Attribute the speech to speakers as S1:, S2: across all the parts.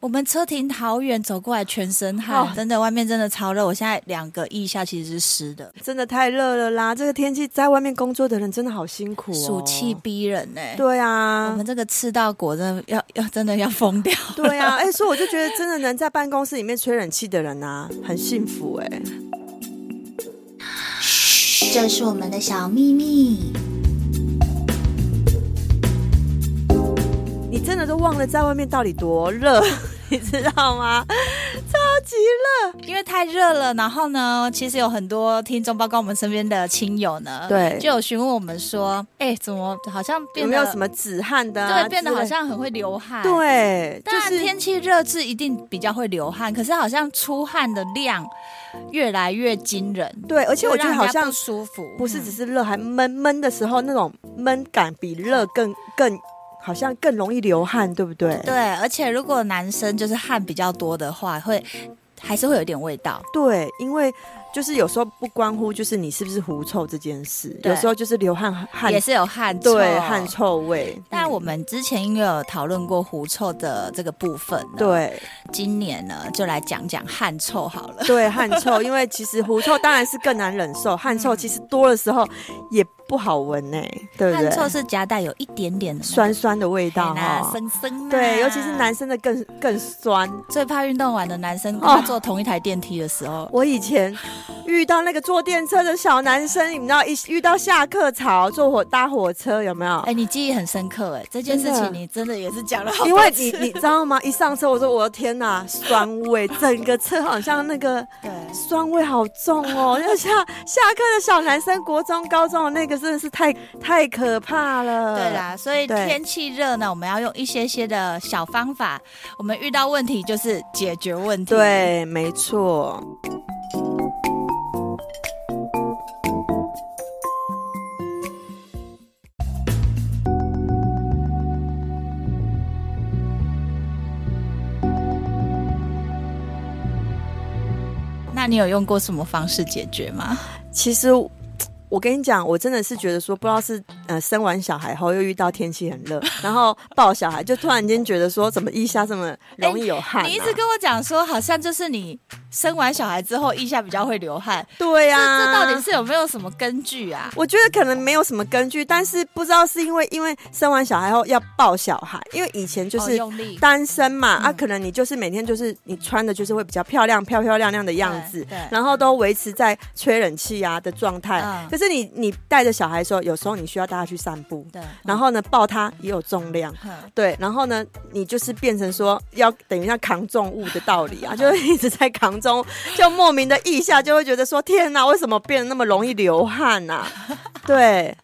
S1: 我们车停好远，走过来全身汗，
S2: 哦
S1: 真的外面真的超热。我现在两个腋下其实是湿的，
S2: 真的太热了啦！这个天气在外面工作的人真的好辛苦哦。
S1: 暑气逼人呢、
S2: 对
S1: 我
S2: 啊
S1: 们，这个赤道国真的要 要真的要疯掉。
S2: 对啊，哎、所以我就觉得真的能在办公室里面吹冷气的人啊，很幸福哎、
S3: 这是我们的小秘密。
S2: 你真的都忘了在外面到底多热，你知道吗？ 超级热。
S1: 因为太热了，然后呢，其实有很多听众，包括我们身边的亲友呢，
S2: 对
S1: 就有询问我们说，哎、怎么好像变得
S2: 有没有什么止汗的、啊？
S1: 对，变得好像很会流汗，
S2: 之类。对，就
S1: 当然，
S2: 是
S1: 天气热是一定比较会流汗，可是好像出汗的量越来越惊人，
S2: 对，而且我觉得好
S1: 就让人家
S2: 像
S1: 不舒服，
S2: 不是只
S1: 嗯
S2: 是热，还闷闷的时候那种闷感比热更更好像更容易流汗，对不对？
S1: 对，而且如果男生就是汗比较多的话，会还是会有一点味道。
S2: 对，因为就是有时候不关乎就是你是不是狐臭这件事，
S1: 对
S2: 有时候就是流汗汗
S1: 也是有汗臭，
S2: 对汗。臭味。
S1: 但我
S2: 嗯
S1: 们之前应该有讨论过狐臭的这个部分呢，
S2: 对
S1: 今年呢就来讲讲汗臭好 了。
S2: 对汗臭，因为其实狐臭当然是更难忍受，汗臭其实多的时候也不好闻呢、对
S1: 嗯
S2: 不
S1: 汗臭
S2: 对？
S1: 是夹带有一点点的那个
S2: 酸酸的味道
S1: 嘿啦
S2: 哈，
S1: 生生啊
S2: 对，尤其是男生的更更酸。
S1: 最怕运动完的男生跟
S2: 哦
S1: 他坐同一台电梯的时候，
S2: 我以前遇到那个坐电车的小男生，你们知道一遇到下课潮坐火搭火车有没有？
S1: 哎、你记忆很深刻哎、这件事
S2: 真的
S1: 情你真的也是讲了好多次，
S2: 因为你你知道吗？一上车我说我的天哪，酸味，整个车好像那个
S1: 对
S2: 酸味好重哦。就下下课的小男生，国中、高中的那个真的是太太可怕了。
S1: 对，啦，所以
S2: 对
S1: 天气热呢，我们要用一些些的小方法，我们遇到问题就是解决问题。，
S2: 对，没错。
S1: 那你有用过什么方式解决吗？
S2: 其实我跟你讲，我真的是觉得说，不知道是呃生完小孩后又遇到天气很热，然后抱小孩，就突然间觉得说，怎么腋下这么容易有汗、啊
S1: 哎你一直跟我讲说，好像就是你生完小孩之后腋下比较会流汗，
S2: 对呀、
S1: 这到底是有没有什么根据啊？
S2: 我觉得可能没有什么根据，但是不知道是因为因为生完小孩后要抱小孩，因为以前就
S1: 哦
S2: 是
S1: 用力
S2: 单身嘛，啊，
S1: 嗯
S2: 可能你就是每天就是你穿的就是会比较漂亮、漂漂亮亮的样子
S1: 对对，
S2: 然后都维持在吹冷气啊的状态。
S1: 嗯
S2: 可是你你带着小孩的时候，有时候你需要带他去散步，
S1: 对，
S2: 然后呢抱他也有重量。
S1: 哼
S2: 对，然后呢，你就是变成说要等于像扛重物的道理啊，就是一直在扛重物，就莫名的意下就会觉得说天哪，为什么变得那么容易流汗呐、对，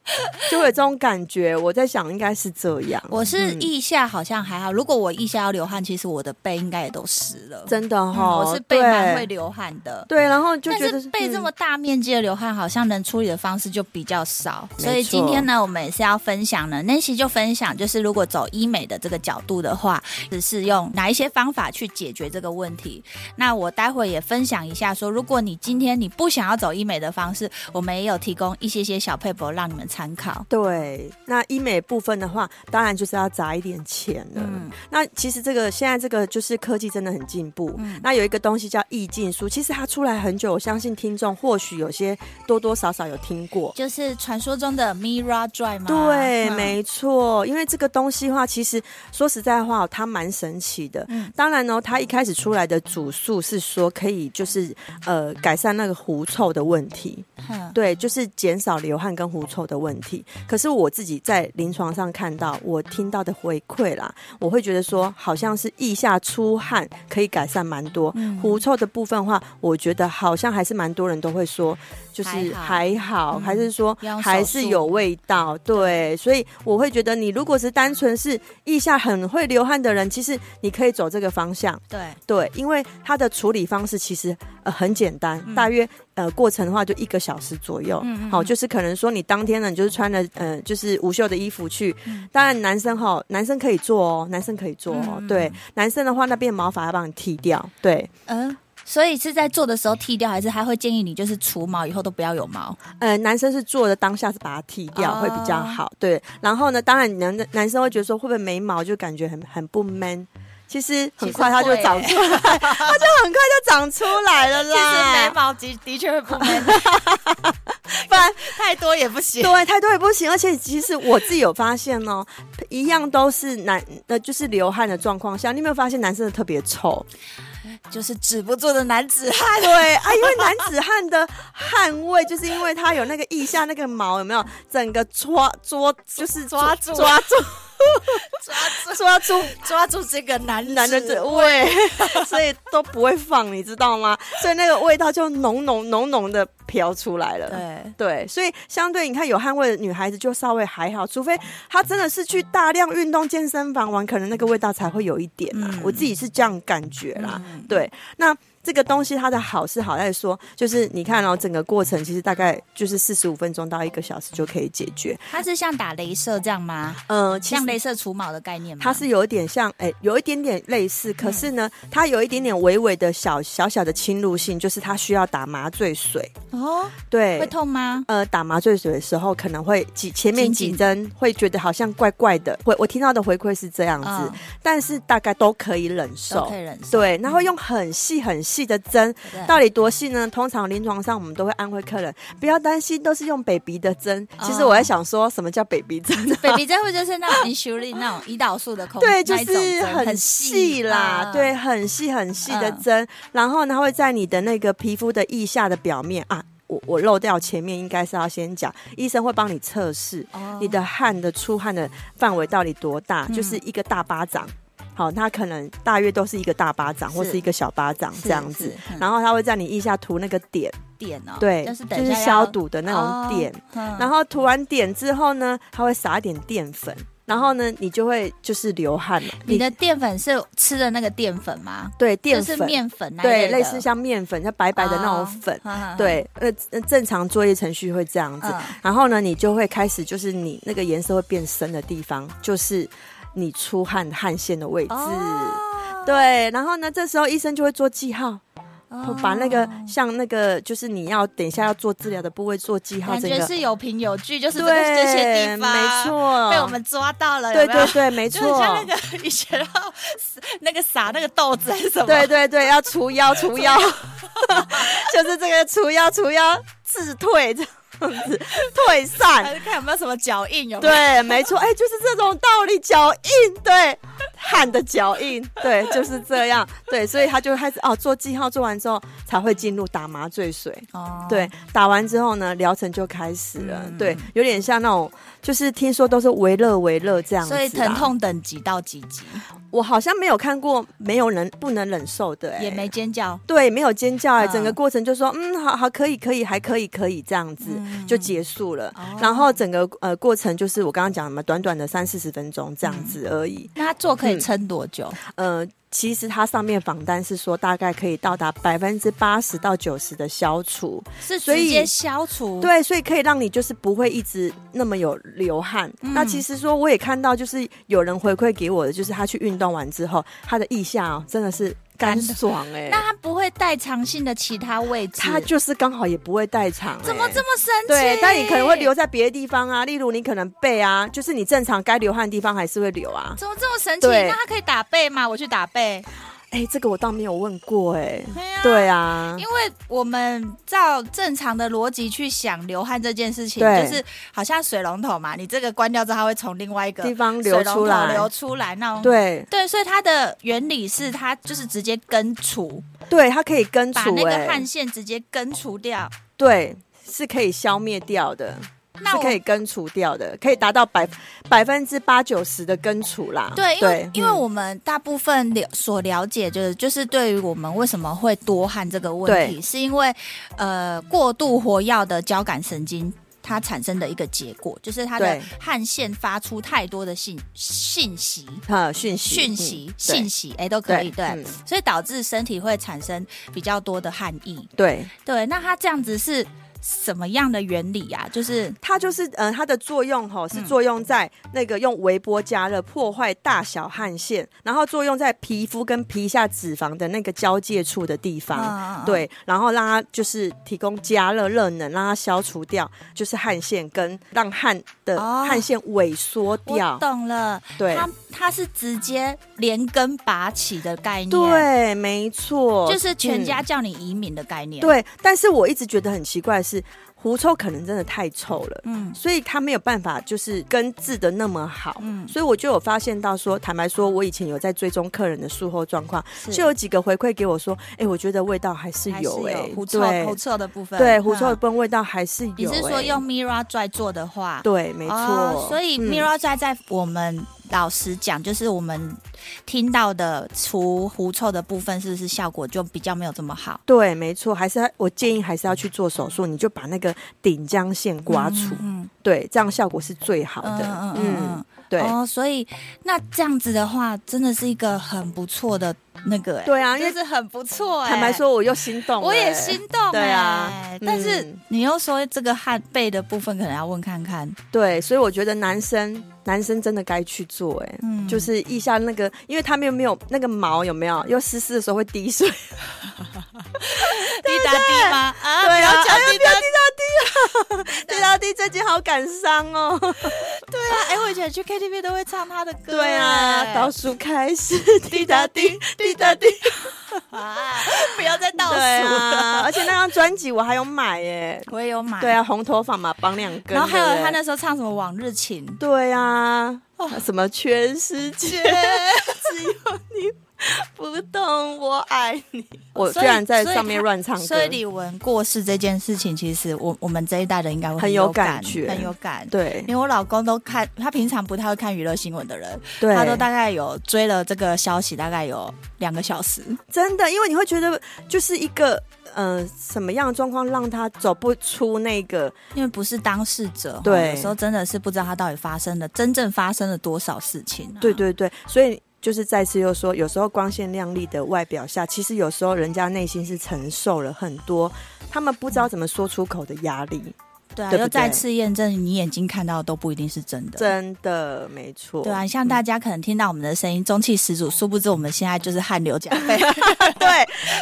S2: 就会有这种感觉。我在想，应该是这样，
S1: 我是
S2: 嗯
S1: 腋下好像还好，如果我腋下要流汗，其实我的背应该也都湿了。
S2: 真的
S1: 嗯
S2: 哈、哦
S1: 我是背蛮
S2: 对
S1: 会流汗的。
S2: 对，然后就
S1: 但
S2: 觉得嗯
S1: 是被这么、大面积的流汗，好像能处理的方式就比较少。
S2: 没
S1: 所以
S2: 错
S1: 今天呢，我们也是要分享呢，Nancy 就分享，就是如果走医美的这个角度的话，只是用哪一些方法去解决这个问题。那我待会也分享一下说如果你今天你不想要走医美的方式，我们也有提供一些些小配博让你们参考。
S2: 对，那医美部分的话，当然就是要砸一点钱了。
S1: 嗯
S2: 那其实这个现在这个就是科技真的很进步。
S1: 嗯
S2: 那有一个东西叫意境书，其实它出来很久，我相信听众或许有些多多少少有听过。
S1: 就是传说中的 Mirror 拽吗？
S2: 对，
S1: 嗯
S2: 没错，因为这个东西的话，其实说实在话哦，它蛮神奇的。
S1: 嗯
S2: 当然呢、哦它一开始出来的主诉是说可以就是呃改善那个狐臭的问题，
S1: 哼
S2: 对，就是减少流汗跟狐臭的问题。可是我自己在临床上看到，我听到的回馈啦，我会觉得说好像是腋下出汗可以改善蛮多，
S1: 嗯
S2: 狐臭的部分的话，我觉得好像还是蛮多人都会说，就是
S1: 还好
S2: 还好，
S1: 嗯
S2: 还是说
S1: 要用
S2: 还
S1: 手
S2: 是
S1: 术
S2: 有味道，对，所以我会觉得你如果是单纯是腋下很会流汗的人，其实你可以走这个方向，
S1: 对，
S2: 对，因为它的处理方式其实呃很简单，
S1: 嗯
S2: 大约呃过程的话就一个小时左右。
S1: 嗯嗯
S2: 好，
S1: 嗯
S2: 就是可能说你当天呢，你就是穿了呃就是无袖的衣服去。
S1: 嗯
S2: 当然男生哈，男生可以做哦，男生可以做哦。
S1: 嗯嗯
S2: 对，男生的话那边毛发要帮你剃掉。对，
S1: 嗯。所以是在做的时候剃掉，还是他会建议你就是除毛以后都不要有毛？
S2: 呃，男生是做的当下是把它剃掉、
S1: 哦
S2: 会比较好。对，然后呢，当然男男生会觉得说会不会没毛就感觉很很不 man。其实
S1: 其
S2: 很
S1: 实
S2: 快它就
S1: 会耶
S2: 长出来，它 就很快 就长出来了
S1: 其实
S2: 啦。
S1: 眉毛的的确会不 美，
S2: 不然
S1: 太多也不行。
S2: 对，太多也不行。而且其实我自己有发现哦， 一样都是男，呃，就是流汗的状况下，你有没有发现男生的特别臭？
S1: 就是止不住的男子汉。
S2: 对啊，因为男子汉的汗味，就是因为他有那个腋下那个毛，有没有？整个抓捉就是
S1: 抓住
S2: 抓住
S1: 抓住
S2: 抓住
S1: 抓住这个男
S2: 男的这味， 所以都不会放，你知道吗？所以那个味道就浓浓浓浓的飘出来了。
S1: 对，
S2: 对，所以相对你看有汗味的女孩子就稍微还好，除非她真的是去大量运动健身房玩，可能那个味道才会有一点啦。
S1: 嗯
S2: 我自己是这样感觉啦。对，那这个东西它的好是好在说，就是你看哦，整个过程其实大概就是四十五分钟到一个小时就可以解决。
S1: 它是像打镭射这样吗？
S2: 嗯、其
S1: 像
S2: 实
S1: 镭射除毛的概念吗？
S2: 它是有一点像，哎、有一点点类似，可是呢，
S1: 嗯
S2: 它有一点点微微的小小小的侵入性，就是它需要打麻醉水。
S1: 哦，
S2: 对，
S1: 会痛吗？
S2: 呃，打麻醉水的时候可能会几前面
S1: 紧
S2: 几
S1: 紧
S2: 针会觉得好像怪怪的，会我听到的回馈是这样子，
S1: 嗯
S2: 但是大概都可以忍
S1: 都
S2: 受。
S1: 可以忍受。
S2: 对，然后用很细很细的针，
S1: 对
S2: 到底多细呢？通常临床上我们都会安慰客人，不要担心，都是用 baby 的针。其实
S1: 哦
S2: 我在想说什么叫 baby 针 啊
S1: baby 针会就是那种 insulin 那种胰岛素的控，
S2: 对，就
S1: 那一种
S2: 是
S1: 针
S2: 很细
S1: 细
S2: 啦，
S1: 嗯
S2: 对，很细很细的
S1: 嗯
S2: 针，然后呢，它会在你的那个皮肤的腋下的表面啊。我我漏掉前面应该是要先讲，医生会帮你测试
S1: 哦
S2: 你的汗的出汗的范围到底多大，
S1: 嗯
S2: 就是一个大巴掌。好，它可能大约都是一个大巴掌或
S1: 是
S2: 是一个小巴掌
S1: 是
S2: 这样子
S1: 是，嗯
S2: 然后它会在你腋下涂那个点，
S1: 点哦，
S2: 对，
S1: 就是等
S2: 就
S1: 一
S2: 是
S1: 下
S2: 消
S1: 要
S2: 毒的那种点。，
S1: 哦
S2: 然后涂完点之后呢，它会撒一点淀粉，然后呢，你就会就是流汗了。
S1: 你的淀粉是吃的那个淀粉吗？
S2: 对淀
S1: 就是
S2: 粉，
S1: 面粉那一
S2: 对，
S1: 的
S2: 类似像面粉，像白白的那种粉。，
S1: 哦嗯嗯嗯
S2: 对，呃，呃正常作业程序会这样子。
S1: 嗯
S2: 然后呢，你就会开始就是你那个颜色会变深的地方，就是你出汗汗腺的位置。
S1: 哦
S2: 对，然后呢，这时候医生就会做记号，
S1: 哦
S2: 把那个像那个就是你要等一下要做治疗的部位做记号，
S1: 感
S2: 整
S1: 觉
S2: 个
S1: 是有凭有据，就是这个
S2: 对，
S1: 这些地方
S2: 没。错，
S1: 被我们抓到了，
S2: 对
S1: 有没有
S2: 对对，没
S1: 就很像那个
S2: 错。
S1: 以前要那个撒那个豆子还是什么，
S2: 对对对，要除妖除 妖，就是这个除妖除妖自退这样子，退
S1: 还
S2: 散。
S1: 是看有没有什么脚印，有没有？
S2: 对，没错，哎、就是这种道理，脚印，对，汗的脚印，对，就是这样，对，所以他就开始哦，做记号，做完之后才会进入打麻醉水，
S1: 哦，
S2: 对，打完之后呢，疗程就开始了，
S1: 嗯
S2: 对，有点像那种，就是听说都是微热微热这样子、啊
S1: 所以疼，痛等级到几级？
S2: 我好像没有看过没有人不能忍受的、哎
S1: 也没尖叫，
S2: 对，没有尖叫哎、整个
S1: 嗯
S2: 过程就说嗯，好好，可以，可以，还可以，可以这样子、
S1: 嗯
S2: 就结束了。
S1: 哦
S2: 然后整个呃过程就是我刚刚讲的嘛，短短的三四十分钟这样子
S1: 嗯
S2: 而已。
S1: 那它做可以
S2: 嗯
S1: 撑多久？
S2: 呃，其实它上面访单是说大概可以到达百分之八十到九十的消除，
S1: 是
S2: 所以
S1: 直接消除？，
S2: 对，所以可以让你就是不会一直那么有流汗。
S1: 嗯
S2: 那其实说我也看到，就是有人回馈给我的，就是他去运动完之后，他的腋下、哦、真的是干
S1: 干的
S2: 爽哎、
S1: 那它不会代偿性的其他位置？
S2: 他就是刚好也不会代偿、
S1: 怎么
S2: 哎
S1: 这么神奇？
S2: 对，但你可能会留，在别的地方啊，例如你可能背啊，就是你正常该流汗的地方还是会流啊。
S1: 怎么这么神奇？
S2: 对
S1: 那它可以打背吗？我去打背，
S2: 哎、这个我倒没有问过哎、
S1: 对啊
S2: 对啊，
S1: 因为我们照正常的逻辑去想流汗这件事情，
S2: 对
S1: 就是好像水龙头嘛，你这个关掉之后，它会从另外一个
S2: 地方流
S1: 水
S2: 出
S1: 龙头
S2: 来，
S1: 流出来那种。
S2: 对
S1: 对，所以它的原理是它就是直接根除，
S2: 对，它可以根除
S1: 把那
S2: 哎、
S1: 个汗腺直接根除掉。
S2: 对，是可以消灭掉的，
S1: 那
S2: 是
S1: 我
S2: 可以根除掉的，可以达到百百分之八九十的根除啦。
S1: 对，因为因为
S2: 嗯
S1: 我们大部分了所了解就是就是对于我们为什么会多汗这个问题，是因为呃过度活跃的交感神经。它产生的一个结果就是它的
S2: 对
S1: 汗腺发出太多的信信息、
S2: 哈呃讯息
S1: 讯息、
S2: 嗯
S1: 信息，哎、都可以对，
S2: 嗯
S1: 所以导致身体会产生比较多的汗意。
S2: 对，
S1: 对，那它这样子是什么样的原理啊？就是
S2: 它就是呃，它的作用吼是
S1: 嗯
S2: 作用在那个用微波加热破坏大小汗腺，然后作用在皮肤跟皮下脂肪的那个交界处的地方。
S1: 嗯，
S2: 啊对，然后让它就是提供加热热能，让它消除掉就是汗腺跟让汗的
S1: 哦
S2: 汗腺萎缩
S1: 我
S2: 掉。
S1: 懂了。
S2: 对
S1: 它它是直接连根拔起的概念，，
S2: 对，没错，
S1: 就是全家
S2: 嗯
S1: 叫你移民的概念，，
S2: 对，但是我一直觉得很奇怪的是，狐臭可能真的太臭了。
S1: 嗯
S2: 所以它没有办法就是根治的那么好，
S1: 嗯，
S2: 所以我就有发现到说，坦白说，我以前有在追踪客人的术后状况，
S1: 是
S2: 就有几个回馈给我说，哎、我觉得味道还是
S1: 还
S2: 有、哎，
S1: 狐臭
S2: 对
S1: 狐臭的部分，
S2: 对，
S1: 嗯
S2: 狐臭的，分味道还是有、
S1: 你是说
S2: 哎
S1: 用 Mira Dry 做的话，
S2: 对，没错、
S1: 哦所以
S2: 嗯
S1: Mira Dry 在我们老实讲，就是我们听到的除狐臭的部分，是不是效果就比较没有这么好？
S2: 对，没错，还是我建议还是要去做手术，你就把那个顶浆腺刮除，
S1: 嗯
S2: 对，这样效果是最好的。嗯，对。
S1: 哦，所以那这样子的话，真的是一个很不错的那个、欸，
S2: 对啊，因
S1: 真
S2: 为
S1: 是很不错、欸。
S2: 坦白，说，我又心动了、
S1: 我也
S2: 哎
S1: 心动、欸，
S2: 对啊
S1: 但是
S2: 嗯
S1: 你又说这个汗背的部分，可能要问看看，
S2: 对，所以我觉得男生男生真的该去做、哎、
S1: 嗯，
S2: 就是腋下那个，因为他们又没有那个毛，有没有？又湿湿的时候会滴 水，
S1: 滴答滴吗？啊，
S2: 对啊
S1: 不要讲滴答滴。
S2: 对啊，滴最近好感伤哦。
S1: 对啊，哎、我以前去 KTV 都会唱他的歌、
S2: 对啊，
S1: 哎
S2: 倒数开始，滴
S1: 滴
S2: 答
S1: 答
S2: 滴
S1: 滴，
S2: 滴答滴，
S1: 啊，不要再倒数
S2: 对啊，
S1: 了。
S2: 而且那张专辑我还有买耶。
S1: 我也有买，
S2: 对，啊，红头发嘛，绑两根。
S1: 然后还有
S2: 对不对
S1: 他那哦时候唱什么《往日情》，
S2: 对啊，什么全世 界只有你不懂我爱你，我居
S1: 所以
S2: 然在
S1: 所以
S2: 上面
S1: 他
S2: 乱唱歌。
S1: 所以李玟过世这件事情，其实我我们这一代人应该会
S2: 很有
S1: 有
S2: 感觉
S1: 很有感。
S2: 对
S1: 连我老公都看，他平常不太会看娱乐新闻的人，
S2: 对，
S1: 他都大概有追了这个消息，大概有两个小时。
S2: 真的，因为你会觉得就是一个呃什么样的状况让他走不出那个
S1: 因为不是当事者，
S2: 对
S1: 有时候真的是不知道他到底发生了真正发生了多少事情、啊。
S2: 对对对，所以就是再次又说，有时候光鲜亮丽的外表下，其实有时候人家内心是承受了很多他们不知道怎么说出口的压力。
S1: 对啊，
S2: 对不
S1: 又再
S2: 对
S1: 次验证你眼睛看到的都不一定是真的。
S2: 真的没错，
S1: 对啊，像大家可能听到我们的声音，中气十足，殊不知我们现在就是汗流浃 背。
S2: 对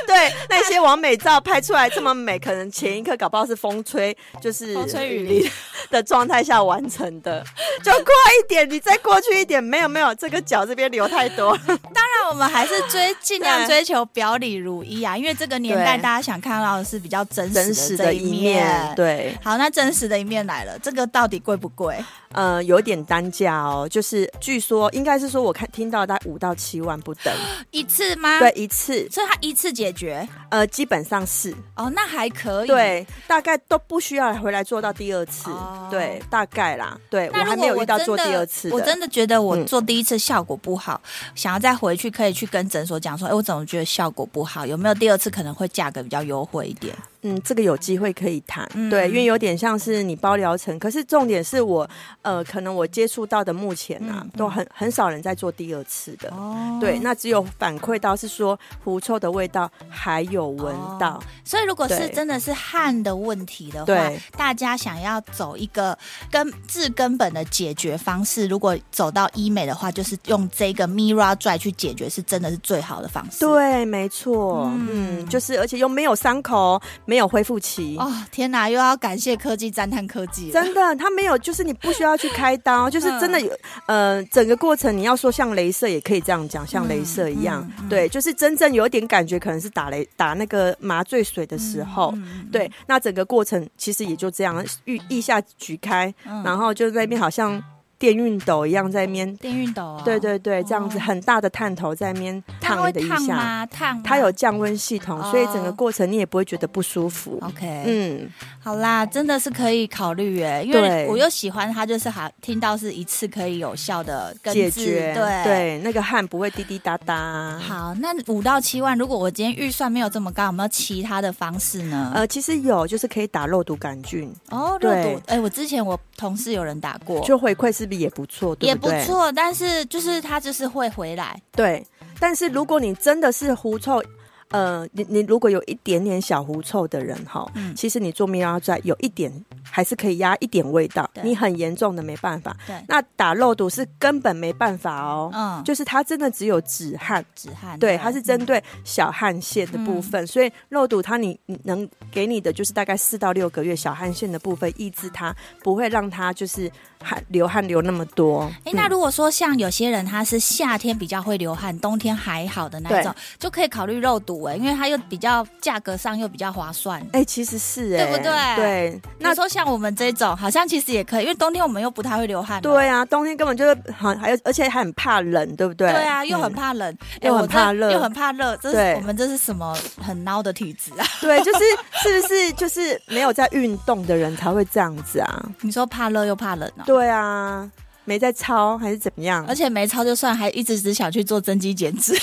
S2: 对，那些完美照拍出来这么美，可能前一刻搞不好是风吹，就是
S1: 风吹雨淋
S2: 的状态下完成的，就快一点，你再过去一点，没有没有，这个脚这边流太多了，
S1: 当然，我们还是追尽量
S2: 对
S1: 追求表里如一啊，因为这个年代
S2: 对
S1: 大家想看到的是比较真
S2: 真
S1: 实
S2: 实
S1: 的这
S2: 的
S1: 一
S2: 一
S1: 面。
S2: 面，对。
S1: 好，那真实的一面来了，这个到底贵不贵？
S2: 呃，有点单价哦，就是据说应该是说，我看听到大概五到七万不等，
S1: 一次吗？
S2: 对，，一次，
S1: 所以它一次解决
S2: 呃，基本上是
S1: 哦，那还可以。，
S2: 对，大概都不需要回来做到第二次，
S1: 哦
S2: 对，大概啦，对
S1: 那
S2: 还
S1: 如果
S2: 没有遇
S1: 我
S2: 到
S1: 真
S2: 做第
S1: 的
S2: 二次
S1: 我
S2: 的
S1: 真的觉得我
S2: 嗯
S1: 做第一次效果不好，想要再回去，可以去跟诊所讲
S2: 嗯
S1: 说，哎，我怎么觉得效果不好？有没有第二次可能会价格比较优惠一点？
S2: 嗯，这个有机会可以谈，
S1: 嗯
S2: 对，因为有点像是你包疗程，可是重点是我，呃，可能我接触到的目前啊，
S1: 嗯嗯
S2: 都很很少人在做第二次的，
S1: 哦
S2: 对，那只有反馈到是说狐臭的味道还有闻
S1: 哦
S2: 到，
S1: 所以，如果是
S2: 对
S1: 真的是汗的问题的话
S2: 对，
S1: 大家想要走一个根治根本的解决方式，如果走到医美的话，就是用这个 Mira Dry 去解决，是真的是最好的方式。
S2: 对，没错，
S1: 嗯
S2: 嗯，就是而且又没有伤口，没有恢复期。
S1: 哦，天哪，又要感谢科技，赞叹科技了。
S2: 真的，它没有，就是你不需要去开刀，就是
S1: 嗯
S2: 真的有，呃，整个过程你要说像镭射也可以这样讲，像镭射一样，
S1: 嗯嗯
S2: 对，就是真正有点感觉，可能是打雷打那个麻醉水的时候，
S1: 嗯，
S2: 对，那整个过程其实也就这样，腋腋下举开，
S1: 嗯
S2: 然后就在那边好像电熨斗一样在那边，
S1: 电熨斗哦，
S2: 对对对，这样子
S1: 哦
S2: 很大的探头在那边
S1: 它
S2: 烫
S1: 会
S2: 你的腋
S1: 烫
S2: 下，
S1: 吗？烫吗，
S2: 它有降温系统，所以整个
S1: 哦
S2: 过程你也不会觉得不舒服。
S1: OK，
S2: 嗯，
S1: 好啦，真的是可以考虑耶，因为
S2: 对
S1: 我又喜欢它，就是还听到是一次可以有效的根治
S2: 解决
S1: 对。
S2: 对，那个汗不会滴滴答答。
S1: 好，那五到七万，如果我今天预算没有这么高，有没有其他的方式呢？
S2: 呃，其实有，就是可以打肉毒杆菌，
S1: 哦，肉
S2: 对
S1: 毒，哎、我之前我同事有人打过，
S2: 就回馈是不是也不错？对
S1: 哦也
S2: 不
S1: 不
S2: 对？
S1: 错，但是就是它就是会回来，
S2: 对，但是如果你真的是狐臭，呃，你你如果有一点点小狐臭的人哈，
S1: 嗯
S2: 其实你做面包在有一点还是可以压一点味道
S1: 对，
S2: 你很严重的没办法。
S1: 对，
S2: 那打肉毒是根本没办法哦，
S1: 嗯，
S2: 就是它真的只有止汗。
S1: 止汗，
S2: 对，它是针对小汗腺的部
S1: 嗯
S2: 分，所以肉毒它你你能给你的就是大概四到六个月小汗腺的部分，抑制它，不会让它就是汗流汗流那么多。
S1: 哎、那
S2: 嗯
S1: 如果说像有些人他是夏天比较会流汗，冬天还好的那一种，就可以考虑肉毒哎、因为它又比较价格上又比较划算。
S2: 哎、其实是哎、
S1: 对不对
S2: 对，
S1: 那
S2: 那
S1: 说像我们这种，好像其实也可以，因为冬天我们又不太会流汗。。
S2: 对啊，冬天根本就是很，还有而且还很怕冷，对不对？
S1: 对啊，又很
S2: 嗯、
S1: 怕冷，哎
S2: 又很
S1: 我这
S2: 怕热
S1: 又很怕热，这是
S2: 对
S1: 我们这是什么很孬的体质啊？
S2: 对，就是是不是就是没有在运动的人才会这样子啊？
S1: 你说怕热又怕冷哦，
S2: 对啊，没在操还是怎么样
S1: 而？且没操就算，还一直只想去做增肌减脂，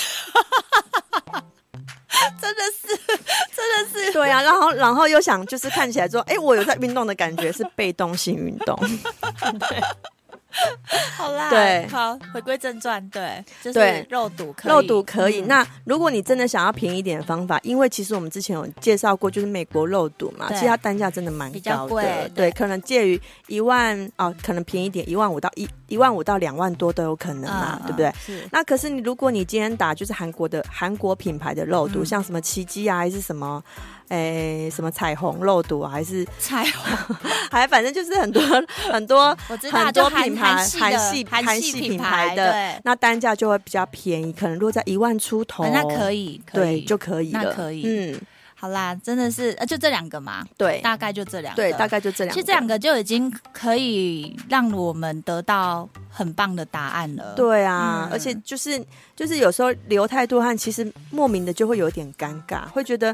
S1: 真的是，真的是，
S2: 对啊，然后然后又想就是看起来说，哎、我有在运动的感觉，是被动性运动。
S1: 好啦，
S2: 对
S1: 好，回归正传，对，就是
S2: 对
S1: 肉毒可以，
S2: 肉毒可以。
S1: 嗯
S2: 那如果你真的想要便宜一点的方法，因为其实我们之前有介绍过，就是美国肉毒嘛，
S1: 对
S2: 其实它单价真的蛮
S1: 比较
S2: 高
S1: 贵
S2: 的，
S1: 对
S2: 对，可能介于一万啊、可能便宜一点，一万五到一一万五到两万多都有可能
S1: 嗯
S2: 嘛，对不对？？
S1: 是，
S2: 那可是你，如果你今天打就是韩国的韩国品牌的肉毒，
S1: 嗯
S2: 像什么奇迹啊，还是什么，诶、什么彩虹肉毒啊，还是
S1: 彩虹，
S2: 还反正就是很多 很多
S1: 我知道，
S2: 很
S1: 就
S2: 多
S1: 韩
S2: 品牌
S1: 韩系的
S2: 韩
S1: 韩
S2: 系
S1: 品
S2: 品牌的
S1: 的，，
S2: 那单价就会比较便宜，可能落在一万出头，
S1: 啊那可以，可
S2: 哦对
S1: 以
S2: 就可以
S1: 那
S2: 了，
S1: 可以
S2: 嗯，
S1: 好啦，真的是，呃，就这两个嘛，
S2: 对
S1: 大概就这两个，
S2: 对，大。概就这两个，
S1: 其实这两个就已经可以让我们得到很棒的答案了。，
S2: 对啊，
S1: 嗯
S2: 而且就是就是有时候流太多汗，其实莫名的就会有点尴尬，会觉得。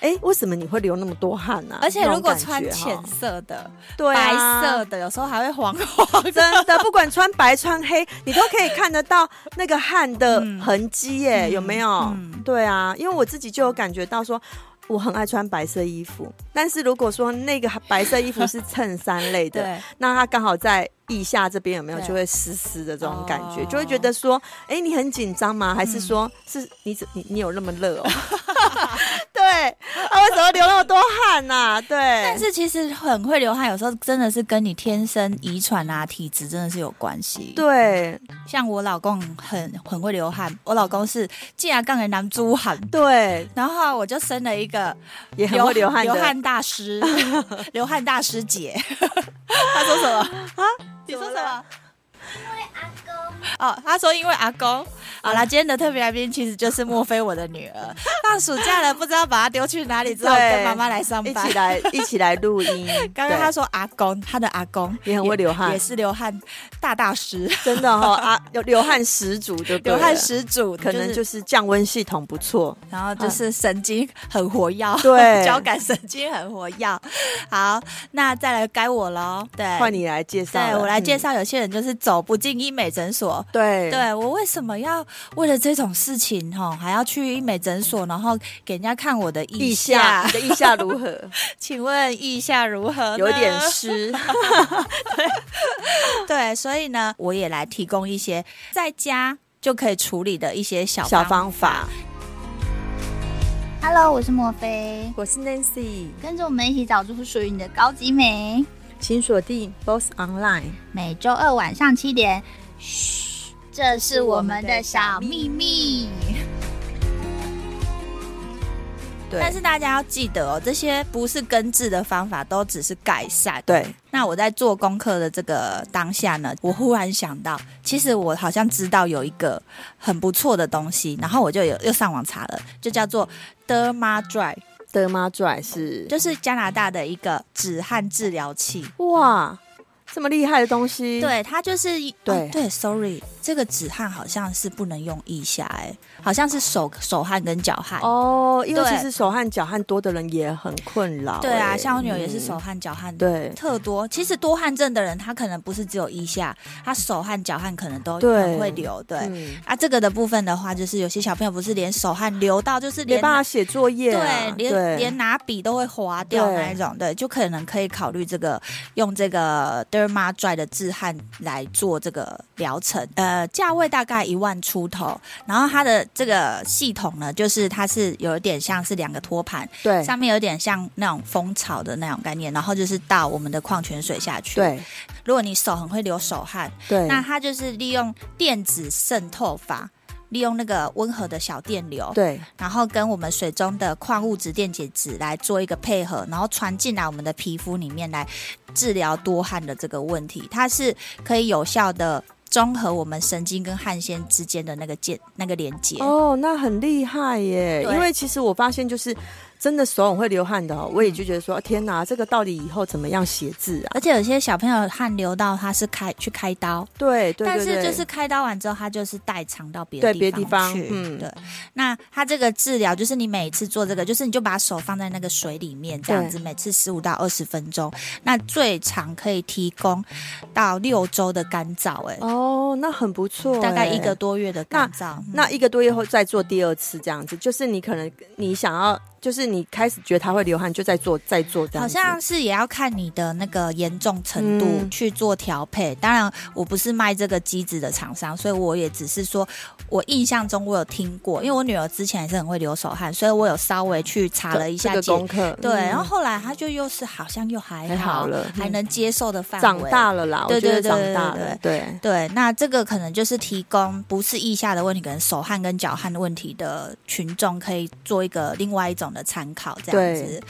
S2: 哎，为什么你会流那么多汗呢、啊？
S1: 而且
S2: 那种
S1: 如果
S2: 感觉
S1: 穿
S2: 哈
S1: 浅色的、
S2: 对、
S1: 白
S2: 啊、
S1: 色的，有时候还会黄黄的。
S2: 真的，不管穿白穿黑，你都可以看得到那个汗的痕迹耶，
S1: 嗯
S2: 有没有？
S1: 嗯
S2: 对啊，因为我自己就有感觉到说。我很爱穿白色衣服，但是如果说那个白色衣服是衬衫类的，
S1: 对，
S2: 那它刚好在腋下这边有没有
S1: 对
S2: 就会湿湿的这种感觉，
S1: 哦嗯
S2: 就会觉得说，哎、你很紧张吗？还是说、是你怎你你有那么热哦？ 对，啊，为什么流那么多汗呐、对，
S1: 但是其实很会流汗，有时候真的是跟你天生遗传啊、体质真的是有关系。，
S2: 对
S1: 像我老公很很会流汗，我老公是竟然杠人男猪汗。
S2: 对，
S1: 然后我就生了一个
S2: 也很会流汗的，
S1: 流汗大师， 流汗大师姐。 他说什么啊？你说什么？哦，他说因为阿公。好啦，今天的特别来宾其实就是莫非我的女 儿，放暑假了，不知道把她丢去哪里，之后
S2: 对
S1: 跟妈妈来上
S2: 一
S1: 班
S2: 起。来一起来录音。
S1: 刚刚他
S2: 对
S1: 说阿公，他的阿公
S2: 也很会流汗
S1: 也是流汗大大师，
S2: 真的哈、哦、啊，有流汗十足就对
S1: 流
S2: 了
S1: 汗，始祖，
S2: 可能就是降温系统不错。
S1: 然后就是神经很活跃，
S2: 嗯对
S1: 交感神经很活跃。好，那再来该我喽，对，
S2: 换。你来介绍了，
S1: 对我来
S2: 嗯
S1: 介。绍，有些人就是走不进医美诊所。
S2: 对
S1: 对我为什么要为了这种事情吼，还要去医美诊所，然后给人家看我的腋
S2: 腋
S1: 下？
S2: 下，你的腋下如何？
S1: 请问腋下如何呢？
S2: 有一点湿，
S1: 对，所以呢，我也来提供一些在家就可以处理的一些小
S2: 小
S1: 方
S2: 方法。
S3: Hello，我是莫菲，
S2: 我是 Nancy，
S3: 跟着我们一起找出属于你的高级美。
S2: 请锁定 Boss Online。
S3: 每周二晚上七点，嘘，这是我们的小秘密。
S2: 对
S1: 但是大家要记得哦，这些不是根治的方法，都只是改善。
S2: 对，
S1: 那我在做功课的这个当下呢，我忽然想到，其实我好像知道有一个很不错的东西，然后我就有又上网查了，就叫做 Derma Dry，
S2: 德玛拽是
S1: 就是加拿大的一个止汗治疗器。
S2: 哇，这么厉害的东西，，
S1: 对，它就是
S2: 对
S1: 哦对，sorry，这个止汗好像是不能用腋下、哎，好像是手手汗跟脚汗。
S2: 哦，因为
S1: 对
S2: 其实手汗脚汗多的人也很困扰、
S1: 对啊，
S2: 欸
S1: 像我女儿也是
S2: 嗯
S1: 手汗脚汗的。
S2: 对
S1: 特多，其实多汗症的人，他可能不是只有腋下，他手汗、脚汗可能都
S2: 对
S1: 很会流。对，
S2: 嗯
S1: 啊，这个的部分的话，就是有些小朋友不是连手汗流到，就是
S2: 没
S1: 连
S2: 办法写作业啊、
S1: 对，连连拿笔都会滑掉那一种，对，就可能可以考虑这个用这个 Derma Dry 的止汗来做这个疗程，呃，价位大概一万出头，然后它的这个系统呢，就是它是有点像是两个托盘，
S2: 对
S1: 上面有点像那种蜂巢的那种概念，然后就是倒我们的矿泉水下去。，
S2: 对
S1: 如果你手很会流手汗，
S2: 对，
S1: 那它就是利用电子渗透法，利用那个温和的小电流，
S2: 对
S1: 然后跟我们水中的矿物质电解质来做一个配合，然后传进来我们的皮肤里面来治疗多汗的这个问题。它是可以有效的中和我们神经跟汗腺之间的那个间那个连接。
S2: 哦，那很厉害耶！
S1: 对嗯
S2: 因为其实我发现，就是真的手很会流汗的、哦，我也就觉得说，天哪，这个到底以后怎么样写字啊？
S1: 而且有些小朋友汗流到他是开去开刀，
S2: 对对对
S1: 但是
S2: 对
S1: 就是开刀完之后，他就是代偿到别
S2: 对别的地方
S1: 去。
S2: 嗯
S1: 对。那他这个治疗就是你每次做这个，就是你就把手放在那个水里面这样子，每次十五到二十分钟，那最长可以提供到六周的干燥、哎、
S2: 哦，那很不错，欸
S1: 大概一个。多月的干燥。嗯
S2: 那一个多月后再做第二次，这样子，就是你可能你想要，就是你开始觉得他会流汗，就再做再做这样
S1: 好
S2: 子。
S1: 像是也要看你的那个严重程度
S2: 嗯
S1: 去做调配。当然，我不是卖这个机子的厂商，所以我也只是说，我印象中我有听过，因为我女儿之前也是很会流手汗，所以我有稍微去查了一下
S2: 这
S1: 解
S2: 个功课，
S1: 对，
S2: 嗯
S1: 然后后来她就又是好像又还
S2: 还好了嗯
S1: 还能接受的范围。
S2: 长大了啦，
S1: 对
S2: 我觉得
S1: 对对
S2: 长
S1: 对
S2: 大
S1: 对
S2: 了，对
S1: 对，那这个可能就是提供不是腋下的问题，可能手汗跟脚汗的问题的群众可以做一个另外一种的参考，这样子
S2: 对。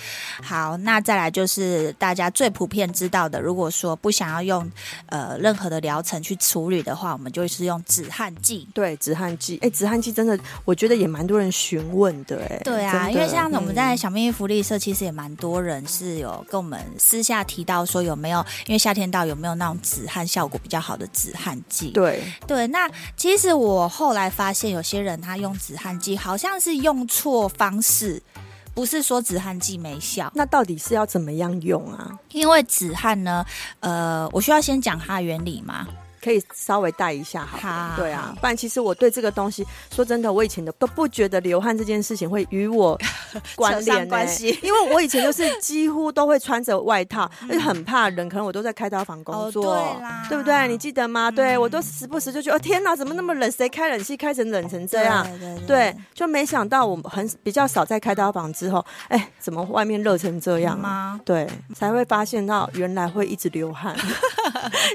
S1: 好，那再来就是大家最普遍知道的，如果说不想要用呃任何的疗程去处理的话，我们就是用止汗剂。
S2: 对，止汗剂，哎，止汗剂真的，我觉得也蛮多人询问的，哎，
S1: 对啊，
S2: 真的
S1: 因为像我们在
S2: 嗯
S1: 小蜜福利社，其实也蛮多人是有跟我们私下提到说有没有，因为夏天到有没有那种止汗效果比较好的止汗剂？
S2: 对
S1: 对，那其实我后来发现，有些人他用止汗剂好像是用错方式，不是说止汗剂没效，
S2: 那到底是要怎么样用啊？
S1: 因为止汗呢，呃，我需要先讲它的原理嘛。
S2: 可以稍微带一下好了，
S1: 好
S2: 对啊，不然其实我对这个东西，说真的，我以前的都不觉得流汗这件事情会 与我关
S1: 扯
S2: 联、欸
S1: 上关系 嗯
S2: 因为我以前就是几乎都会穿着外套，而且很怕冷，可能我都在开刀房工作，
S1: 哦对啦嗯
S2: 不对？你记得吗？对我都时不时就觉得，哦天哪，怎么那么冷？谁开冷气开成冷成这样？
S1: 对对
S2: 对，就没想到我很比较少在开刀房之后，哎，怎么外面热成这样啊？
S1: 嗯吗？
S2: 对，才会发现到原来会一直 流汗，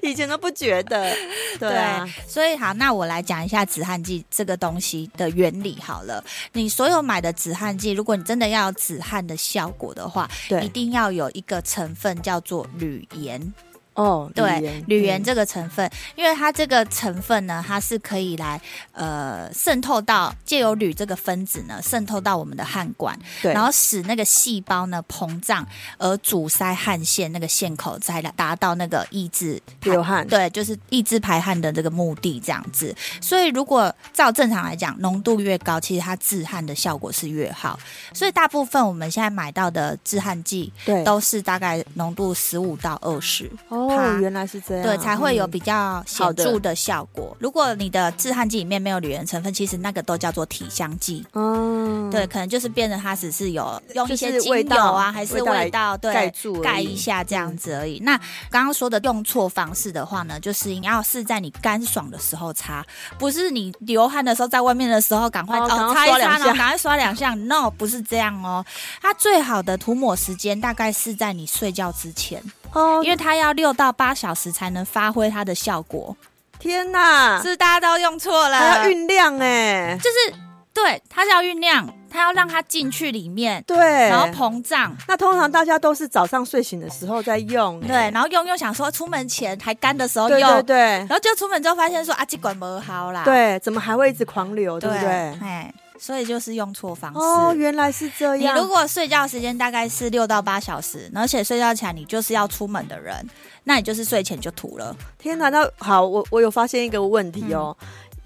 S2: 以前都不觉得。对啊，
S1: 所以好，那我来讲一下止汗剂这个东西的原理好了。你所有买的止汗剂，如果你真的要有止汗的效果的话，
S2: 对
S1: 一定要有一个成分叫做铝盐。
S2: 哦，
S1: 对，
S2: 铝
S1: 铝
S2: 盐
S1: 盐
S2: 嗯
S1: 这个成分，因为它这个成分呢，它是可以来呃渗透到借由铝这个分子呢，渗透到我们的汗管，
S2: 对，
S1: 然后使那个细胞呢膨胀，而阻塞汗腺那个腺口，再来达到那个抑制排
S2: 流汗
S1: 对，就是抑制排汗的这个目的这样子。所以如果照正常来讲，浓度越高，其实它止汗的效果是越好。所以大部分我们现在买到的止汗剂
S2: 对
S1: 都是大概浓度十五到二十。
S2: 哦，原来是这样，
S1: 对，才会有
S2: 嗯
S1: 比较显
S2: 好
S1: 著
S2: 的
S1: 的效果。如果你的止汗剂里面没有铝盐成分，其实那个都叫做体香剂。
S2: 嗯
S1: 对，可能就是变成它只是有用一些
S2: 就是
S1: 精
S2: 味
S1: 油啊，
S2: 道
S1: 还是
S2: 味道来
S1: 味道
S2: 盖
S1: 对
S2: 住而
S1: 盖
S2: 已嗯
S1: 一下这样子而已。那刚刚说的用错方式的话呢，就是你要是在你干爽的时候擦，不是你流汗的时候，在外面的时候赶快
S2: 哦赶快
S1: 擦一
S2: 刷
S1: 擦，
S2: 两
S1: 然后
S2: 下
S1: 赶快刷两下。No，不是这样哦。它最好的涂抹时间大概是在你睡觉之前，
S2: 哦
S1: 因，为它要六到八小时才能发挥它的效果。
S2: 天哪，
S1: 是大家都用错了，
S2: 还要酝酿哎，
S1: 就是。对，它是要酝酿，它要让它进去里面，
S2: 对，
S1: 然后膨胀。
S2: 那通常大家都是早上睡醒的时候在用、
S1: 对，
S2: 哎
S1: 然后用用想说出门前还干的时候
S2: 对
S1: 用，
S2: 对对
S1: 然后就出门之后发现说啊，这管不好啦。
S2: 对，怎么还会一直狂流，对
S1: 对
S2: 不对？
S1: 哎，所以就是用错方式。
S2: 哦，原来是这
S1: 你
S2: 样。
S1: 如果睡觉时间大概是六到八小时，而且睡觉前你就是要出门的人，那你就是睡前就吐了。
S2: 天哪，那好，我我有发现一个问
S1: 嗯
S2: 题哦。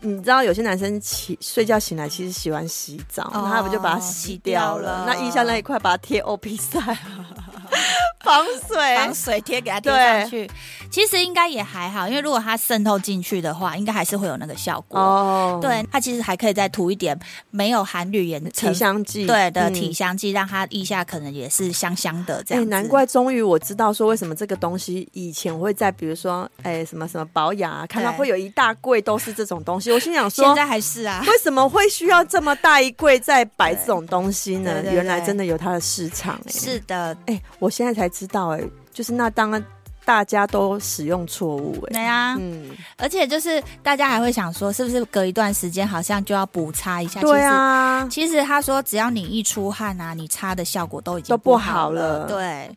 S2: 你知道有些男生起睡觉醒来其实喜欢洗澡，
S1: 哦
S2: 那他不就把它洗掉了？
S1: 洗掉了
S2: 那腋下那一块把它贴 O P 塞， 防水。
S1: 防水贴给它贴上去，其实应该也还好，因为如果它渗透进去的话，应该还是会有那个效果。
S2: 哦，，
S1: 对，它其实还可以再涂一点没有含铝盐
S2: 体
S1: 成
S2: 香剂，
S1: 对的
S2: 嗯
S1: 体香剂，让它腋下可能也是香香的这
S2: 哎、
S1: 样子。
S2: 难怪终于我知道说为什么这个东西以前我会在比如说哎、什么什么保养啊，看到
S1: 对
S2: 会有一大柜都是这种东西，我心想
S1: 现
S2: 说。
S1: 在还是啊。
S2: 为什么会需要这么大一柜在摆这种东西呢？
S1: 对对对
S2: 原来真的有它的市场、哎，
S1: 是的，
S2: 哎、我现在才知道、哎，就是那当然大家都使用错误、哎，
S1: 对啊，
S2: 嗯，
S1: 而且就是大家还会想说，是不是隔一段时间好像就要补擦一下？
S2: 对啊，
S1: 其实，其实他说只要你一出汗啊，你擦的效果都已经
S2: 都不
S1: 不
S2: 好了
S1: 对。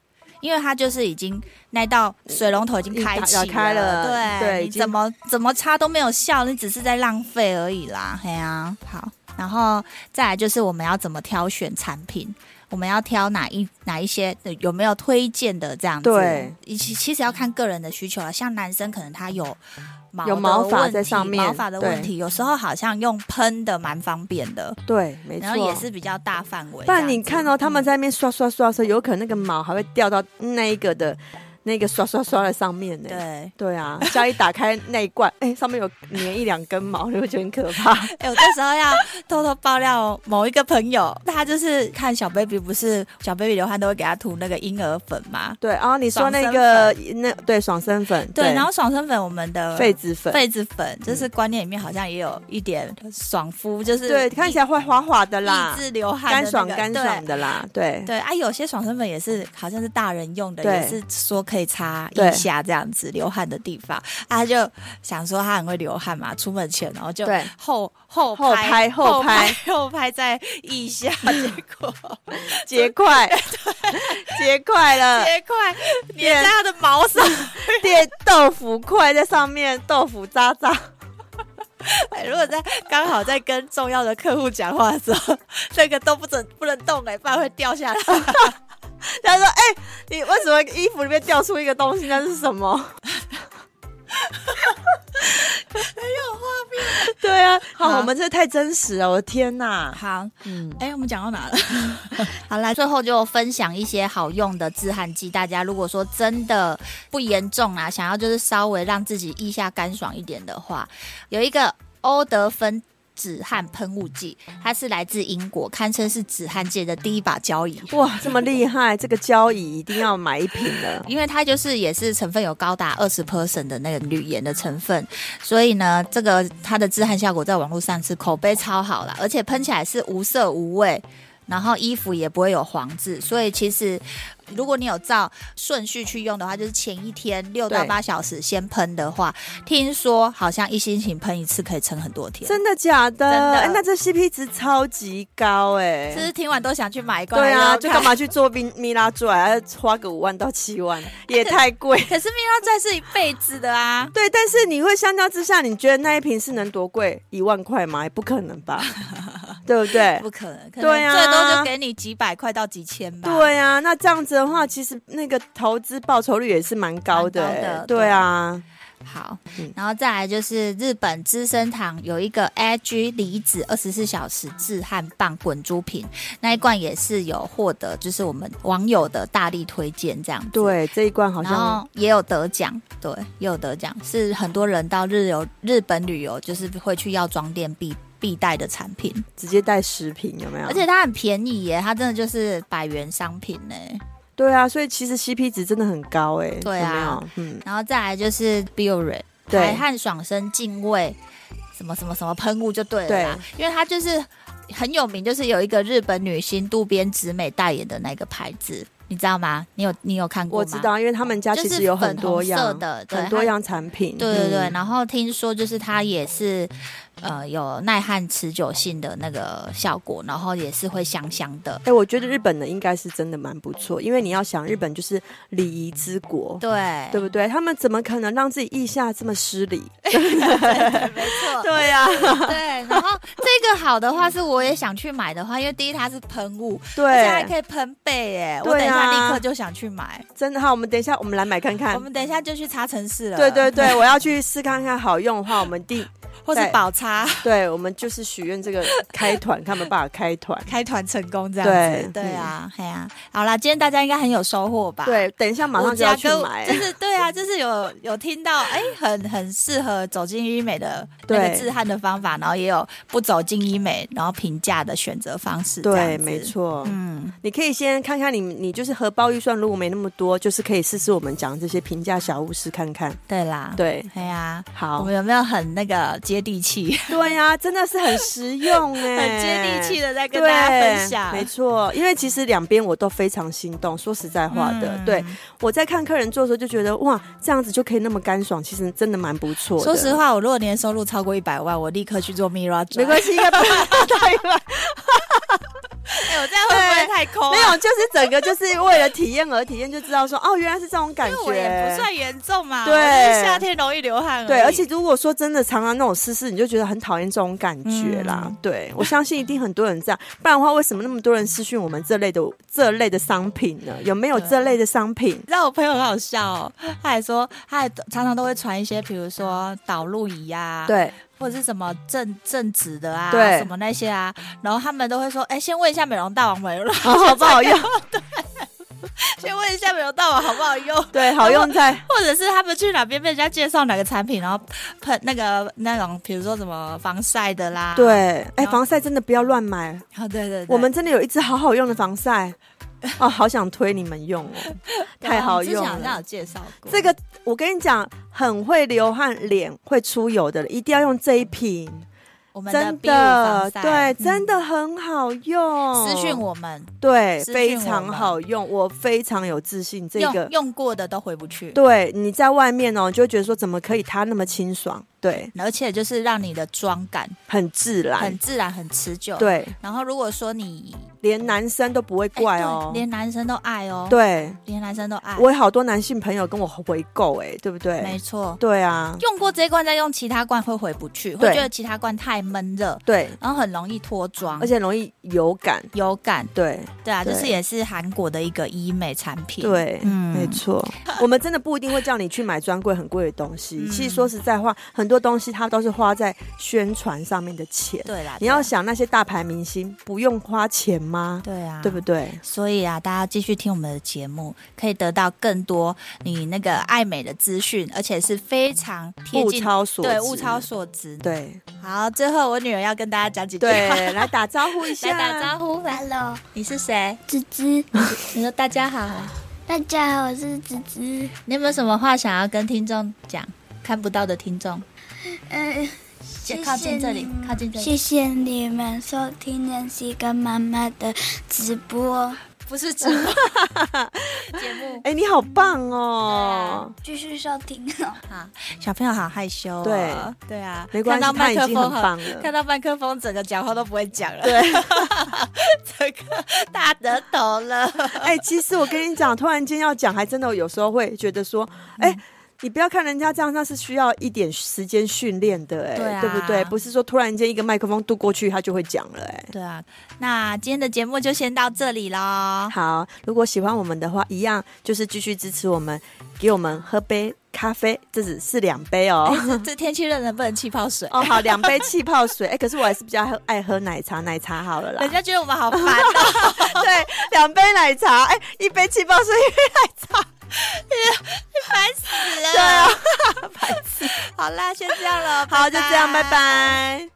S1: 因为它就是已经那道水龙头已经开启
S2: 已经打开了
S1: 了，
S2: 对已
S1: 你
S2: 经
S1: 怎么怎么擦都没有效，你只是在浪费而已啦。嘿啊，好，然后再来就是我们要怎么挑选产品，我们要挑哪一哪一些呃有没有推荐的这样子？
S2: 对，
S1: 其其实要看个人的需求啊。像男生可能他有毛
S2: 有
S1: 的
S2: 毛发
S1: 问
S2: 在
S1: 题
S2: 上面
S1: 毛发的
S2: 对
S1: 问题，有时候好像用喷的蛮方便的，
S2: 对，没
S1: 然
S2: 错，
S1: 后也是比较大范围这样子。嗯
S2: 不然你看哦，他们在那边刷刷刷的时候，有可能那个毛还会掉到那一个的那个刷刷刷的上面呢。
S1: 嗯对，
S2: 对啊，家一打开那一罐，哎、上面有粘一两根毛，你会觉得很可怕。
S1: 哎、我这时候要偷偷爆料哦某一个朋友，他就是看小 baby，不是小 baby 流汗都会给他涂那个婴儿粉嘛？
S2: 对，然后你说
S1: 爽
S2: 那
S1: 身
S2: 个那对爽身粉，
S1: 对，然后爽身粉我们的
S2: 痱子粉，嗯
S1: 痱子粉，就是观念里面好像也有一点爽肤，就是
S2: 对，看起来会滑滑的啦
S1: 抑，制流汗、
S2: 干
S1: 的
S2: 爽
S1: 那个
S2: 干爽。的啦，对
S1: 对。对啊，有些爽身粉也是好像是大人用的，
S2: 哎对
S1: 也是说可以擦
S2: 对
S1: 一下这样子流汗的地方。啊，他就想说他很会流汗嘛，出门前然后就
S2: 对
S1: 后后
S2: 后拍
S1: 拍
S2: 后
S1: 后
S2: 拍
S1: 后拍在腋 下，结果
S2: 结 块，结块了，
S1: 结块粘在他的毛上。
S2: 垫豆腐块在上面，豆腐渣渣，
S1: 哎如果在刚好在跟重要的客户讲话的时候，那个都不准不能动哎、不然会掉下来。
S2: 他说：“哎、你为什么衣服里面掉出一个东西？那是什么？” 很有画面。对啊，好，
S1: 好
S2: 我们这太真实了，我的天哪！
S1: 好，
S2: 嗯，
S1: 哎、我们讲到哪了？ 好啦，最后就分享一些好用的止汗剂。大家如果说真的不严重啊，想要就是稍微让自己腋下干爽一点的话，有一个欧德芬。止汗喷雾剂，它是来自英国，堪称是止汗界的第一把交椅，
S2: 哇，这么厉害，这个交椅一定要买一瓶 了。
S1: 因为它就是也是成分有高达二十 percent 的那个铝盐的成分，所以呢，这个它的止汗效果在网络上是口碑超好啦，而且喷起来是无色无味，然后衣服也不会有黄渍，所以其实如果你有照顺序去用的话，就是前一天六到
S2: 对
S1: 八小时先喷的话，听说好像一星期喷一次可以撑很多天。
S2: 真的假的？
S1: 真的
S2: 哎那这 CP 值超级高哎、
S1: 是不是听完都想去买一罐？
S2: 对啊，就
S1: 就
S2: 干嘛去做蜜蜜拉出来，还花个五万到七万，也太贵。
S1: 可是蜜蜡钻是一辈子的啊。
S2: 对，但是你会相较之下，你觉得那一瓶是能多贵？一万块吗？也不可能 吧，对不对？
S1: 不可能，可
S2: 对
S1: 能
S2: 啊
S1: 最多就给你几百块到几千吧。
S2: 对啊，那这样子的话，其实那个投资报酬率也是蛮高的,、
S1: 蛮高的
S2: 对啊，
S1: 好
S2: 嗯，
S1: 然后再来就是日本资生堂有一个 AG 离子二十四小时制汗棒滚珠瓶，那一罐也是有获得就是我们网友的大力推荐这样子。。
S2: 对这一罐好
S1: 然
S2: 像
S1: 后也有得奖，对，也有得奖，是很多人到日游日本旅游，就是会去药妆店必必带的产品，
S2: 直接带十瓶，有没有？
S1: 而且它很便宜耶，它真的就是百元商品呢。
S2: 对啊，所以其实 CP 值真的很高哎、
S1: 对啊
S2: 有没有？嗯，
S1: 然后再来就是 Biore，排
S2: 对
S1: 汗爽身净味，什么什么什么喷雾就对了啦，因为它就是很有名，就是有一个日本女星渡边直美代言的那个牌子，你知道吗？你有你有看过
S2: 我
S1: 吗？
S2: 知，道，因为他们家
S1: 就
S2: 其
S1: 是
S2: 实有很
S1: 粉
S2: 多
S1: 红色
S2: 样
S1: 的，对
S2: 很多。
S1: 它
S2: 样产品，
S1: 对对对，
S2: 嗯
S1: 然后听说就是它也是呃有耐旱持久性的那个效果，然后也是会香香的。
S2: 哎、我觉得日本的应该是真的蛮不错，因为你要想，日本就是礼仪之国，
S1: 对，
S2: 对不对？他们怎么可能让自己腋下这么失 礼？
S1: 没错。
S2: 对 呀、
S1: 对，然后这个好的话是我也想去买的话，因为第一它是喷雾，而且还
S2: 对，
S1: 可以喷背哎，我等
S2: 对啊
S1: 一下立刻就想去买，
S2: 真的好，我们等一下，我们来买看看
S1: 我。们等一下就去擦城市了，
S2: 对对，对，我要去试看看好用的话，我们定，
S1: 或是
S2: 对
S1: 宝擦
S2: 对我们就是许愿这个开团，看我们爸爸开团。
S1: 开团成功这样子，
S2: 对嗯
S1: 对啊，哎呀，好啦，今天大家应该很有收获 吧？。
S2: 对，等一下马上就要去
S1: 跟
S2: 买
S1: 就。 是对啊，就是有有听到哎、很很适合走进医美的那个
S2: 对
S1: 自汗的方法，然后也有不走进医美然后平价的选择方式，这样
S2: 对，
S1: 子
S2: 没，错。
S1: 嗯，
S2: 你可以先看看你，你就是荷包预算如果没那么多，就是可以试试我们讲这些平价小物试看看。
S1: 对啦，，
S2: 对，
S1: 哎呀、我
S2: 好
S1: 们，有没有很那个接地 气、
S2: 对呀、真的是很实 用哎、
S1: 很接地气的在跟大家分享？
S2: 对没错，因为其实两边我都非常心动。说实在话的，
S1: 嗯
S2: 对我在看客人做的时候就觉得哇，这样子就可以那么干爽，其实真的蛮不错的。
S1: 说实话，我如果年收入超过一百万，我立刻去做 Mirage。
S2: 没关系，应 该不 会太晚。
S1: 系，
S2: 哎
S1: 我这样会不会太抠、啊？
S2: 没有，就是整个就是为了体验而体验，就知道说哦，原来是这种感
S1: 因
S2: 觉。
S1: 为我也不算严重嘛，
S2: 对
S1: 我就是夏天容易流汗已
S2: 对，而且如果说真的常常那种湿湿，你就觉得很讨厌这种感觉啦。
S1: 嗯
S2: 对，我相信一定很多人这样，不然的话，为什么那么多人私讯我们这类的这类的商品呢？有没有
S1: 对
S2: 这类的商品？
S1: 你知道我朋友很好笑哦，他还说，他还常常都会传一些，比如说导入仪啊，，
S2: 对
S1: 或者是什么正正直的啊，
S2: 对
S1: 什么那些啊，然后他们都会说，哎，先问一下美容大王美容，
S2: 好哦不好用？
S1: 先问一下美容大王好不好用，
S2: 对，好用在
S1: 或者是他们去哪边被人家介绍哪个产品，然后喷那个那种，比如说什么防晒的啦，，
S2: 对。哎、防晒真的不要乱买，
S1: 啊，对对对，
S2: 我们真的有一支好好用的防晒， 哦，好想推你们用哦，太好用
S1: 啊之前好像
S2: 了
S1: 有。介绍过
S2: 这个我跟你讲，很会流汗、脸会出油的人，一定要用这一瓶，
S1: 我们
S2: 真
S1: 壁炉防
S2: 的，
S1: 晒
S2: 对，
S1: 嗯
S2: 真的很好用。
S1: 私讯，我们，
S2: 对，
S1: 私讯
S2: 非
S1: 我
S2: 常
S1: 们
S2: 好用，我非常有自信。这个
S1: 用，用过的都回不去。
S2: 对，你在外面哦，你就会觉得说怎么可以它那么清爽？对，
S1: 而且就是让你的妆感
S2: 很自然
S1: 很，自然、很持久。，
S2: 对，
S1: 然后如果说你
S2: 连男生都不会
S1: 哎
S2: 怪
S1: 对
S2: 哦。
S1: 连男生都爱哦，，
S2: 对，
S1: 连男生都爱，
S2: 我有好多男性朋友跟我回购，哎，对
S1: 没
S2: 不对？
S1: 错。
S2: 对啊，
S1: 用过这一罐再用其他罐会回不去，会
S2: 对
S1: 觉得其他罐太闷热，
S2: 对，
S1: 然后很容易脱妆，
S2: 而且容易有感，
S1: 有感。
S2: 对
S1: 对啊，
S2: 对
S1: 就是也是韩国的一个医美产品。
S2: 对，
S1: 嗯
S2: 没错。 我们真的不一定会叫你去买专柜很贵的东西。
S1: 嗯
S2: 其实说实在话，很多东西它都是花在宣传上面的钱。
S1: 对啊啦，
S2: 你要想那些大牌明星不用花钱吗？
S1: 对啊，
S2: 对不对？
S1: 所以啊，大家继续听我们的节目，可以得到更多你那个爱美的资讯，而且是非常贴
S2: 物
S1: 近
S2: 超所值
S1: 对物超所值。
S2: 对
S1: 好，最后我女儿要跟大家讲几句
S2: 对
S1: 话。，
S2: 来打招呼一
S1: 来
S2: 下，
S1: 打招呼，
S4: Hello，
S1: 你是谁？
S4: 芝芝，
S1: 你说大家好，
S4: 大家好，我是芝 芝。
S1: 你有没有什么话想要跟听众讲？看不到的听众，
S4: 嗯，谢谢
S1: 靠近这里
S4: 你，
S1: 靠近这里，
S4: 谢谢你们收听妍希跟妈妈的直播，
S1: 不是直 播 节目。
S2: 哎，你好棒
S1: 啊
S2: 哦！
S4: 继续收听哦。
S1: 好，小朋友好害羞、哦。
S2: 对
S1: 对啊，
S2: 没关
S1: 看
S2: 系
S1: 到麦克
S2: 他已经
S1: 风
S2: 很棒
S1: 好
S2: 了
S1: 看到麦克风，整个讲话都不会讲了，
S2: 对，
S1: 整个大得头了。
S2: 哎，其实我跟你讲，突然间要讲，还真的有时候会觉得说，哎。
S1: 嗯
S2: 你不要看人家这样，那是需要一点时间训练的、哎，
S1: 对啊
S2: 不对？不是说突然间一个麦克风渡过去，他就会讲了、哎。
S1: 对啊，那今天的节目就先到这里喽。
S2: 好，如果喜欢我们的话，一样就是继续支持我们，给我们喝杯咖啡，这只是两杯哦。
S1: 这这天气热，能不能气泡水？
S2: 哦，好，两杯气泡水。哎、可是我还是比较喝爱喝奶茶，奶茶好了啦
S1: 人。家觉得我们好烦哦，
S2: 对，两杯奶茶，哎、一杯气泡水。
S1: 烦死了。
S2: 对啊，
S1: 好啦，先这样了，
S2: 好，就这样，
S1: 拜
S2: 拜拜